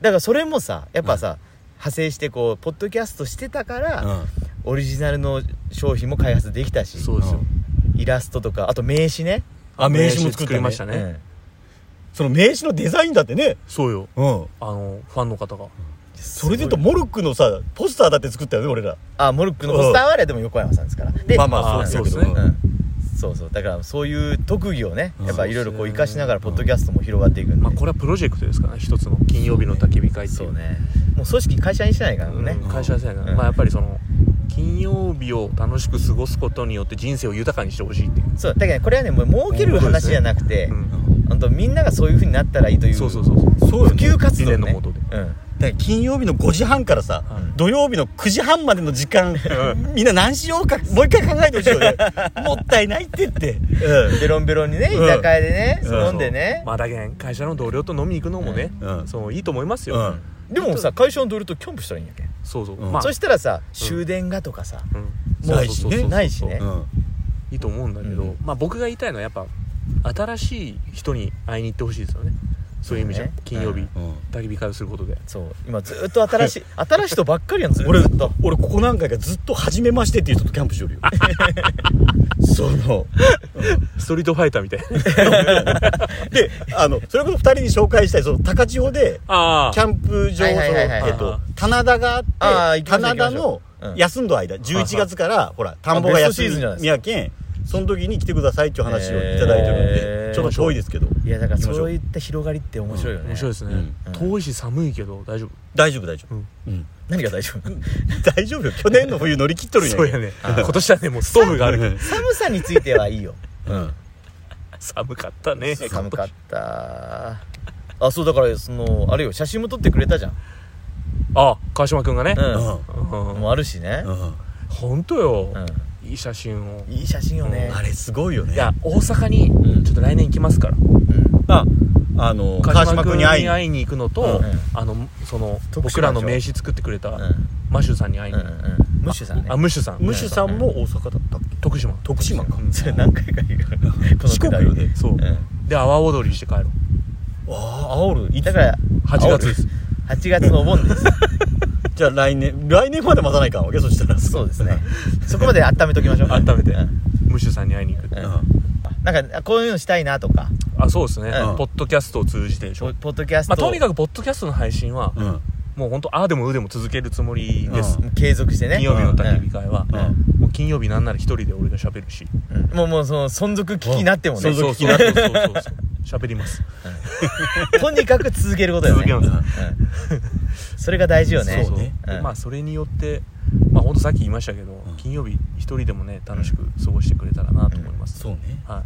Speaker 4: だからそれもさやっぱさ、派生してこうポッドキャストしてたから、
Speaker 3: うん
Speaker 4: オリジナルの商品も開発できたし
Speaker 2: そうですよ
Speaker 3: うん
Speaker 4: イラストとかあと名刺ね
Speaker 3: あ名刺も作って
Speaker 2: りました
Speaker 4: う
Speaker 2: ね
Speaker 4: ん
Speaker 3: その名刺のデザインだってね
Speaker 2: そうよ
Speaker 3: うん
Speaker 2: あのファンの方が
Speaker 3: それで言うとモルックのさポスターだって作ったよね俺ら
Speaker 4: あモルックのポスターはあれでも横山さんですからで
Speaker 3: まあまあ
Speaker 2: あー
Speaker 3: そうです
Speaker 2: そうですね
Speaker 3: けど
Speaker 4: うんそうそうだからそういう特技をねやっぱいろいろこう
Speaker 2: そうですね
Speaker 4: 生かしながらポッドキャストも広がっていくんで、
Speaker 2: まあこれはプロジェクトですからね一つの金曜日の焚き火会ってい
Speaker 4: そう
Speaker 2: う
Speaker 4: ねもう組織会社にしてないからもうね、
Speaker 2: うん会社ですね、
Speaker 4: うん
Speaker 2: まあやっぱりその金曜日を楽しく過ごすことによって人生を豊かにしてほしいっていう、
Speaker 4: そうだからねこれはねもう儲ける話じゃなくて、
Speaker 2: うん
Speaker 4: ほんとみんながそういうふうになったらいいという
Speaker 2: そうそうそうそう
Speaker 3: そうよ
Speaker 4: 普及活動、ね、
Speaker 2: 理念の下で
Speaker 4: うん
Speaker 3: だから金曜日の5時半からさ、
Speaker 2: はい
Speaker 3: 土曜日の9時半までの時 間みんな何しようかもう一回考えてほしいよ ねもったいないってって、
Speaker 4: ベロンベロンにね居
Speaker 3: うん
Speaker 4: 酒屋でね、
Speaker 3: うん
Speaker 4: 飲んでね、
Speaker 2: まあだけん会社の同僚と飲み行くのもね、
Speaker 3: うんうん
Speaker 2: そういいと思いますよ、
Speaker 3: うん
Speaker 4: でもさ会社の同僚とキャンプしたらいいんやけん、
Speaker 2: そうそう、
Speaker 3: うん
Speaker 2: まあ
Speaker 4: そしたらさ終電がとかさ、
Speaker 2: うん
Speaker 3: ないし
Speaker 2: そうそ
Speaker 3: ね
Speaker 2: うそうそう
Speaker 4: ないしね
Speaker 3: うん
Speaker 2: いいと思うんだけど、
Speaker 4: うん
Speaker 2: まあ僕が言いたいのはやっぱ新しい人に会いに行ってほしいですよねそういう意味じゃん、
Speaker 4: そうね
Speaker 2: 金曜日、
Speaker 3: うん
Speaker 2: 焚き火会をすることで
Speaker 4: そう今ずっと新しい新しい人ばっかりやんずっと
Speaker 3: 俺俺ここ何回かずっと「初めまして」っていう人とキャンプしよるよ その
Speaker 2: ストリートファイター みたいな
Speaker 3: であのそれこそ2人に紹介したいその高千穂で
Speaker 2: ああ
Speaker 3: キャンプ場その
Speaker 4: はいはいはいはい
Speaker 3: えっと棚田が
Speaker 4: あ
Speaker 3: あっ
Speaker 4: ー
Speaker 3: て
Speaker 4: 行きましょう
Speaker 3: 棚
Speaker 4: 行
Speaker 3: 田の
Speaker 4: きましょううん
Speaker 3: 休んだ間11月からほら田んぼが
Speaker 4: あベストシ
Speaker 3: 休
Speaker 4: ーズンじゃない
Speaker 3: み
Speaker 4: です
Speaker 3: やけんその時に来てくださいっていう話をいただいてるの
Speaker 4: へ
Speaker 3: で
Speaker 4: ー
Speaker 3: ちょっと遠いですけど
Speaker 4: いやだから
Speaker 3: 行きましょう
Speaker 4: そういった広がりって面白いよね、
Speaker 2: 面白いですね、
Speaker 4: うん
Speaker 2: 遠いし寒いけど大丈夫
Speaker 3: 大丈夫大丈夫
Speaker 2: うん
Speaker 3: うん
Speaker 4: 何が大丈夫
Speaker 3: 大丈夫よ去年の冬乗り切っとるんや
Speaker 2: そうやね今年はねもうストームがあるけど
Speaker 4: 寒さについてはい いよ
Speaker 3: うん
Speaker 2: 寒かったね
Speaker 4: 寒かったあそうだからそのあれよ写真も撮ってくれたじゃん
Speaker 2: あ川島君がね、
Speaker 4: うん、
Speaker 3: うん
Speaker 2: うん
Speaker 4: もうあるしね、
Speaker 3: うん
Speaker 2: 本当よ、
Speaker 4: う
Speaker 2: いい写真を
Speaker 4: ん、いい写真よね、
Speaker 3: あれすごいよ
Speaker 2: い
Speaker 3: ね
Speaker 2: や大阪に
Speaker 4: ん
Speaker 2: ちょっと来年行きますから、
Speaker 4: うん
Speaker 3: ああの川島君に会いに
Speaker 2: 会いに行くのと、
Speaker 4: うん
Speaker 2: あのその
Speaker 4: 徳島でしょ
Speaker 2: 僕らの名刺作ってくれた、
Speaker 4: うん
Speaker 2: マシューさんに会い
Speaker 4: うん
Speaker 2: に、
Speaker 4: うんムッシュさんね
Speaker 2: あムッシュさん
Speaker 3: ムシュさんも大阪だったっけ
Speaker 2: 徳島
Speaker 3: 徳島か
Speaker 2: うん
Speaker 4: それ何回か 言うよこのく
Speaker 3: 四国
Speaker 4: だ
Speaker 3: よ
Speaker 4: り
Speaker 3: ね
Speaker 2: そう、
Speaker 4: うん
Speaker 2: で阿波踊りして帰ろう
Speaker 3: ああおるいつ
Speaker 4: だから
Speaker 2: 8月です
Speaker 4: 8月のお盆 です
Speaker 3: じゃあ来年来年まで待たないかんわけそしたら
Speaker 4: そうですねそこまで温めときましょう
Speaker 2: 温めて、
Speaker 4: うん
Speaker 2: ムッシュさんに会いに行く、
Speaker 4: うん
Speaker 3: う
Speaker 4: なんかこういうのしたいなとか
Speaker 2: あそうですね、
Speaker 4: うん
Speaker 2: ポッドキャストを通じてでしょ
Speaker 4: ポ、ポッドキャス
Speaker 2: まあ、
Speaker 4: ト
Speaker 2: とにかくポッドキャストの配信は、
Speaker 3: んうん
Speaker 2: もう本当ああでもうでも続けるつもりです、
Speaker 3: う
Speaker 4: 継続してね
Speaker 2: 金曜日の焚き火会は、
Speaker 3: うんうん
Speaker 2: もう金曜日なんなら一人で俺が喋るし、
Speaker 4: うんもうもうその存続危機になっても
Speaker 3: う
Speaker 4: ね
Speaker 3: ん存
Speaker 2: そう
Speaker 3: 続
Speaker 2: そうそうそうそうそう喋ります
Speaker 4: とにかく続けることよね
Speaker 2: 続けます
Speaker 4: うんそれが大事よね
Speaker 2: そう
Speaker 3: ね
Speaker 2: で
Speaker 4: うん
Speaker 2: まあそれによってまあほんとさっき言いましたけど、金曜日一人でもね楽しく過ごしてくれたらなと思います、
Speaker 3: そうね
Speaker 2: は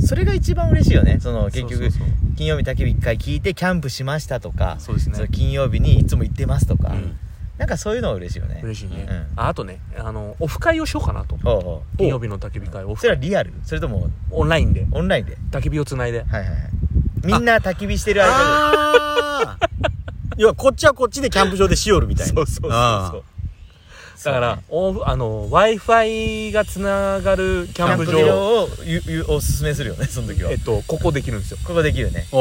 Speaker 4: それが一番嬉しいよねその結
Speaker 2: そう
Speaker 4: 局
Speaker 2: そうそう
Speaker 4: 金曜日焚き火一回聞いてキャンプしましたとか
Speaker 2: そうですね
Speaker 4: の金曜日にいつも行ってますとか、
Speaker 2: うん
Speaker 4: なんかそういうのは嬉しいよね
Speaker 2: 嬉しいね、
Speaker 4: うん
Speaker 2: ああとねあのオフ会をしようかなと
Speaker 4: ほうほう
Speaker 2: 金曜日の焚き火会オ
Speaker 4: それ
Speaker 2: フ
Speaker 4: はリアルそれとも
Speaker 2: オンラインで
Speaker 4: オンラインで
Speaker 2: 焚き火をつない
Speaker 4: は
Speaker 2: で
Speaker 4: いはいはいみんな焚き火してる間
Speaker 3: ああ要はこっちはこっちでキャンプ場でしよるみたい
Speaker 4: で
Speaker 3: な
Speaker 4: そうそうそう
Speaker 3: あ
Speaker 4: そう
Speaker 2: だから、オフあの w i f i がつながるキ
Speaker 4: キ
Speaker 2: ャ
Speaker 4: ャ
Speaker 2: ン
Speaker 4: ン
Speaker 2: プ
Speaker 4: プ
Speaker 2: 場
Speaker 4: 場をゆゆおすすめするよねその時は
Speaker 2: えっとここできるんですよ
Speaker 4: ここできるね
Speaker 3: ーお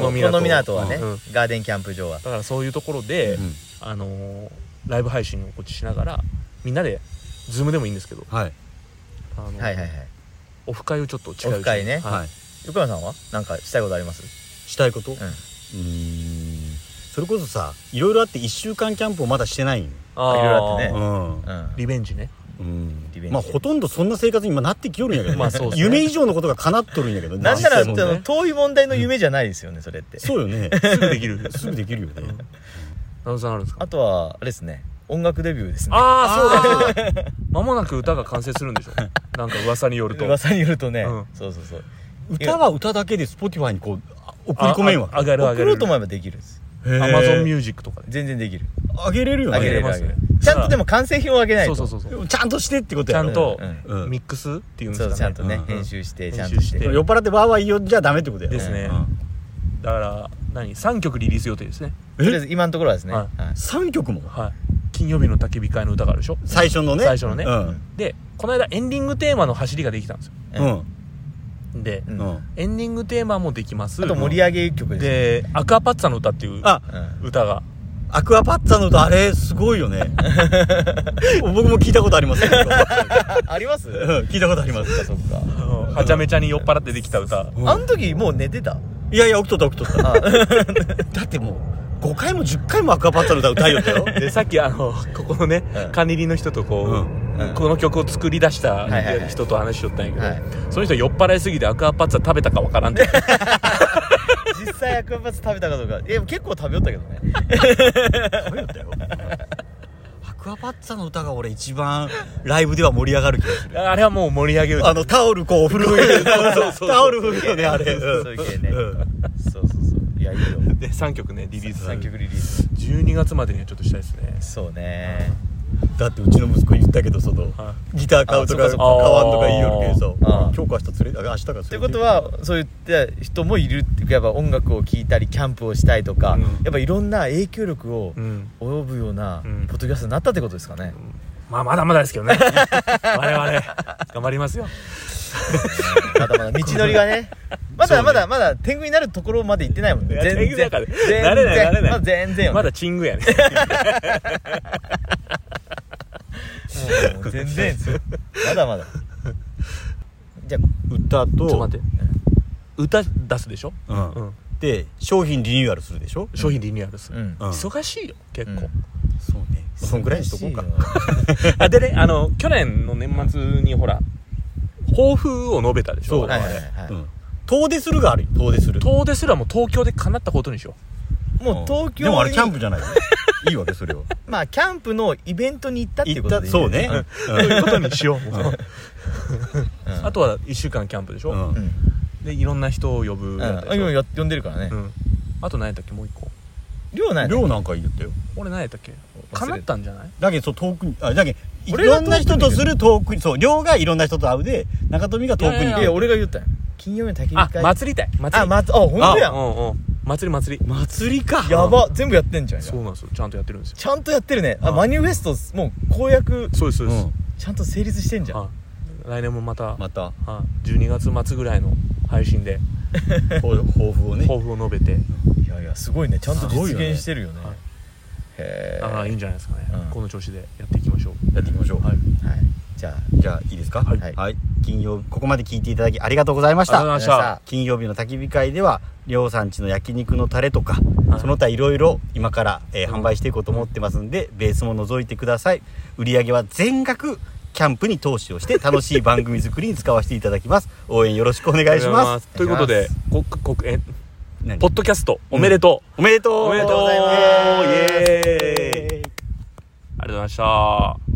Speaker 2: こ
Speaker 3: お
Speaker 2: の
Speaker 4: こ
Speaker 2: み港
Speaker 4: の港はね、
Speaker 2: うん
Speaker 4: ガーデンキャンプ場は
Speaker 2: だからそういうところで、
Speaker 3: うん
Speaker 2: あのーライブ配信をこっちしながらみんなでズームでもいいんですけど
Speaker 3: はい
Speaker 2: あの、
Speaker 4: はいはいはい
Speaker 2: オフ会をちょっと近いうちに
Speaker 4: オフ会ね
Speaker 2: はい
Speaker 3: はい
Speaker 4: 横山さんはなんかしたいことあります
Speaker 3: したいことう
Speaker 4: うん
Speaker 3: ーんそれこそさいろいろあって1週間キャンプをまだしてないんよ
Speaker 2: あー
Speaker 4: いろいろあってね
Speaker 3: うん
Speaker 4: うん
Speaker 2: リベンジね
Speaker 3: うん
Speaker 4: リベンジ
Speaker 3: まあほとんどそんな生活に今なってきよるんやけどね
Speaker 2: まあそうですね
Speaker 3: 夢以上のことが叶っとるんやけどね
Speaker 4: なんなら、
Speaker 3: 実際
Speaker 2: うね
Speaker 3: 問題
Speaker 4: あの遠い問題の夢じゃないですよね、それって。
Speaker 3: そうよね
Speaker 2: すぐできる
Speaker 3: すぐできるよね
Speaker 2: うんナオさんあるんですか
Speaker 4: あとは、あれですね、音楽デビューですね。
Speaker 2: ああそうだそうだ間もなく歌が完成するんでし ょなんか噂によると
Speaker 4: 噂によるとね、
Speaker 2: うん
Speaker 4: そうそうそう。
Speaker 3: 歌は歌だけで Spotify にこうあ送り込めんわ
Speaker 2: ああ上がる上
Speaker 4: 送
Speaker 2: が
Speaker 4: ろ
Speaker 2: る
Speaker 4: うと思えばできるんです。
Speaker 3: へー
Speaker 2: Amazon ミュージックとかで
Speaker 4: 全然できる。
Speaker 3: あげれるよ
Speaker 4: あ
Speaker 3: ね
Speaker 4: げれる
Speaker 2: ま
Speaker 4: あ
Speaker 2: す
Speaker 4: げれ
Speaker 2: ね
Speaker 4: る。ちゃんとでも完成品をあげない
Speaker 2: そ
Speaker 4: と。
Speaker 2: うそうそうそう
Speaker 3: ちゃんとしてってこと
Speaker 2: ちゃ
Speaker 3: やろ
Speaker 2: んと
Speaker 4: うん
Speaker 3: うん
Speaker 2: ミックスっていうんで
Speaker 4: そ
Speaker 2: す
Speaker 4: う
Speaker 2: か
Speaker 4: ちゃんとね、
Speaker 3: うんうん
Speaker 4: 編集して、ちゃん
Speaker 2: 編集
Speaker 4: とし
Speaker 2: して
Speaker 4: て。
Speaker 3: 酔っ払ってわーわー言おうじゃダメってことやろ
Speaker 2: ですね
Speaker 3: うん
Speaker 2: だから何3曲リリース予定ですね
Speaker 4: とりあえず今のところはですね、
Speaker 2: は
Speaker 4: はい
Speaker 3: 3曲も
Speaker 2: はい金曜日の焚き火会の歌があるでしょ
Speaker 3: 最初のね
Speaker 2: 最初のね
Speaker 3: うん
Speaker 2: でこの間エンディングテーマの走りができたんですよ
Speaker 3: う
Speaker 4: うん
Speaker 3: ん
Speaker 2: で
Speaker 4: う
Speaker 3: うんん
Speaker 2: エンディングテーマもできます
Speaker 4: あと盛り上げ曲ですね。
Speaker 2: でアクアパッツァの歌っていう
Speaker 3: あ
Speaker 4: うん
Speaker 2: 歌が
Speaker 3: アクアパッツァの歌あれすごいよ ね僕も聞いたことありますけ どうん
Speaker 4: ああり ますそ
Speaker 3: 聞いたことあります
Speaker 4: っかそっか。
Speaker 2: はちゃめちゃに酔っ払ってできた歌
Speaker 3: うん
Speaker 4: あの時もう寝てた
Speaker 3: いやいや起きとった起きとった だってもう5回も10回もアクアパッツァの歌歌いよった よ
Speaker 2: でさっきあのここのね
Speaker 4: うん
Speaker 2: 管理人の人とこう、
Speaker 3: うん
Speaker 4: うん
Speaker 2: この曲を作り出した
Speaker 4: いはいはい
Speaker 2: 人と話しとったんやけど、
Speaker 4: はい
Speaker 2: その人酔っ払いすぎてアクアパッツァ食べたかわからんって
Speaker 4: 実際アクアパッツァ食べたかどうか。え、結構食べよったけどね。
Speaker 3: 歌いよったよアクアパッツァの歌が俺一番ライブでは盛り上がる気がする
Speaker 2: あれはもう盛り上げる
Speaker 3: あのタオルこう振るうタオル振るよねあれ
Speaker 4: そうそういう系ね
Speaker 3: うん
Speaker 4: そうそうそう。いや、いいよ。
Speaker 2: で3曲ねリリース
Speaker 4: 3曲リリース。
Speaker 2: 12月までにはちょっとしたいですね
Speaker 4: そうね。
Speaker 3: だってうちの息子に言ったけどその
Speaker 2: は
Speaker 3: ギター買うと
Speaker 4: あ
Speaker 3: か
Speaker 4: そ
Speaker 3: 買
Speaker 4: っか
Speaker 3: わんとか言いよるけど
Speaker 4: あ
Speaker 3: さ
Speaker 4: ー
Speaker 3: 今日か明日連れてあ明日か連れて
Speaker 4: ということはそういった人もいるっていうかやっぱ音楽を聴いたりキャンプをしたいとか、
Speaker 2: うん
Speaker 4: やっぱいろんな影響力を
Speaker 2: うん
Speaker 4: 及ぶような
Speaker 2: うん
Speaker 4: ポッドキャストになったってことですかね、
Speaker 2: まあまだまだですけどね 我々頑張りますよ
Speaker 4: まだまだ道のりがねまだまだまだ天狗になるところまで行ってないもんね
Speaker 2: いや
Speaker 4: 全然
Speaker 2: 天狗だから
Speaker 4: 全然
Speaker 2: なれないなれない
Speaker 4: まだ全然よ、ね、
Speaker 2: まだチングやね
Speaker 4: もう全然ですよまだまだじゃ
Speaker 3: 歌と
Speaker 2: ちょっと待って歌出すでしょ、
Speaker 3: うん
Speaker 2: うん、
Speaker 3: で商品リニューアルするでしょ
Speaker 2: 商品リニューアルする、
Speaker 4: うん
Speaker 3: うん
Speaker 2: 忙しいよ結構、
Speaker 4: うん
Speaker 3: そうね
Speaker 4: あ
Speaker 3: そんくらいにしとこうか
Speaker 2: あでねあの去年の年末にほら抱負を述べたでし
Speaker 3: そ
Speaker 2: ょ
Speaker 3: う
Speaker 4: は
Speaker 3: だ
Speaker 4: い
Speaker 3: ね
Speaker 4: はいはい
Speaker 3: うん遠出するがあるよ遠出する
Speaker 2: 遠出すらもう東京で叶ったことにしよ
Speaker 4: もう東京に
Speaker 3: でもあれキャンプじゃないよいいわけそれは
Speaker 4: まあキャンプのイベントに行ったっていう
Speaker 3: 行っ
Speaker 4: こと
Speaker 3: た
Speaker 4: でいい
Speaker 3: そう
Speaker 4: ね
Speaker 3: ね
Speaker 2: う、そういうことにしよう、もう
Speaker 4: うん
Speaker 2: あとは1週間キャンプでしょ、
Speaker 3: うん
Speaker 4: うん
Speaker 2: でいろんな人を呼ぶ
Speaker 4: うん
Speaker 2: や
Speaker 4: あ
Speaker 2: ったでしょ
Speaker 4: 今や呼んでるからね
Speaker 2: うんあと何やったっけもう一個
Speaker 4: 量ない
Speaker 3: 寮なんか言ったよ
Speaker 2: 俺何やったっけ
Speaker 4: た
Speaker 2: 叶ったんじゃない
Speaker 3: だけどそう遠くにあだけどい
Speaker 4: 俺が
Speaker 3: ろ
Speaker 4: 遠くに
Speaker 3: んな人とする遠くにそう寮がいろんな人と会うで中富が遠く
Speaker 2: いやいや
Speaker 3: に行
Speaker 4: い
Speaker 3: け
Speaker 4: や
Speaker 3: よ
Speaker 4: 俺が言ったんや金曜日の焚き
Speaker 2: あ
Speaker 4: 火会
Speaker 2: 祭りたい祭り
Speaker 4: あまつあほんとや
Speaker 2: うんんうん祭り祭り
Speaker 3: 祭りか
Speaker 4: やば全部やってんじゃん今
Speaker 2: そうなんですよちゃんとやってるんですよ
Speaker 4: ちゃんとやってるねあ
Speaker 2: うん
Speaker 4: マニフェストもう公約
Speaker 2: そうですそう
Speaker 3: う
Speaker 2: です、
Speaker 3: ん
Speaker 4: ちゃんと成立してんじゃん
Speaker 2: あ来年もまた、
Speaker 3: また
Speaker 2: あ12月末ぐらいの配信で
Speaker 3: 抱抱負をね
Speaker 2: 抱負を述べて
Speaker 4: いやいやすごいねちゃんと
Speaker 3: すごい
Speaker 4: 実
Speaker 3: よね
Speaker 4: 現してるよね
Speaker 2: はい
Speaker 4: へえ
Speaker 2: ああいいんじゃないですかね、
Speaker 4: うん
Speaker 2: この調子でやっていきましょう
Speaker 3: やっていきましょう
Speaker 2: はい
Speaker 4: はいじゃあ
Speaker 3: じゃあいいですか
Speaker 2: はい
Speaker 3: はい、金曜ここまで聞いていただきありがとうございました
Speaker 2: ありがとうござい
Speaker 4: ました
Speaker 3: 金曜日の焚き火会ではりょうさんちの焼肉のタレとか、
Speaker 2: はい
Speaker 3: その他いろいろ今から、えー
Speaker 2: うん
Speaker 3: 販売していこうと思ってますんで、ベースも覗いてください売り上げは全額キャンプに投資をして楽しい番組作りに使わせていただきます応援よろしくお願いします
Speaker 2: ということでここえ
Speaker 3: 何
Speaker 2: ポッドキャストおめでとう、
Speaker 3: おめでとう
Speaker 2: おめでとう
Speaker 3: イエーイ
Speaker 2: イエーイありがとうございました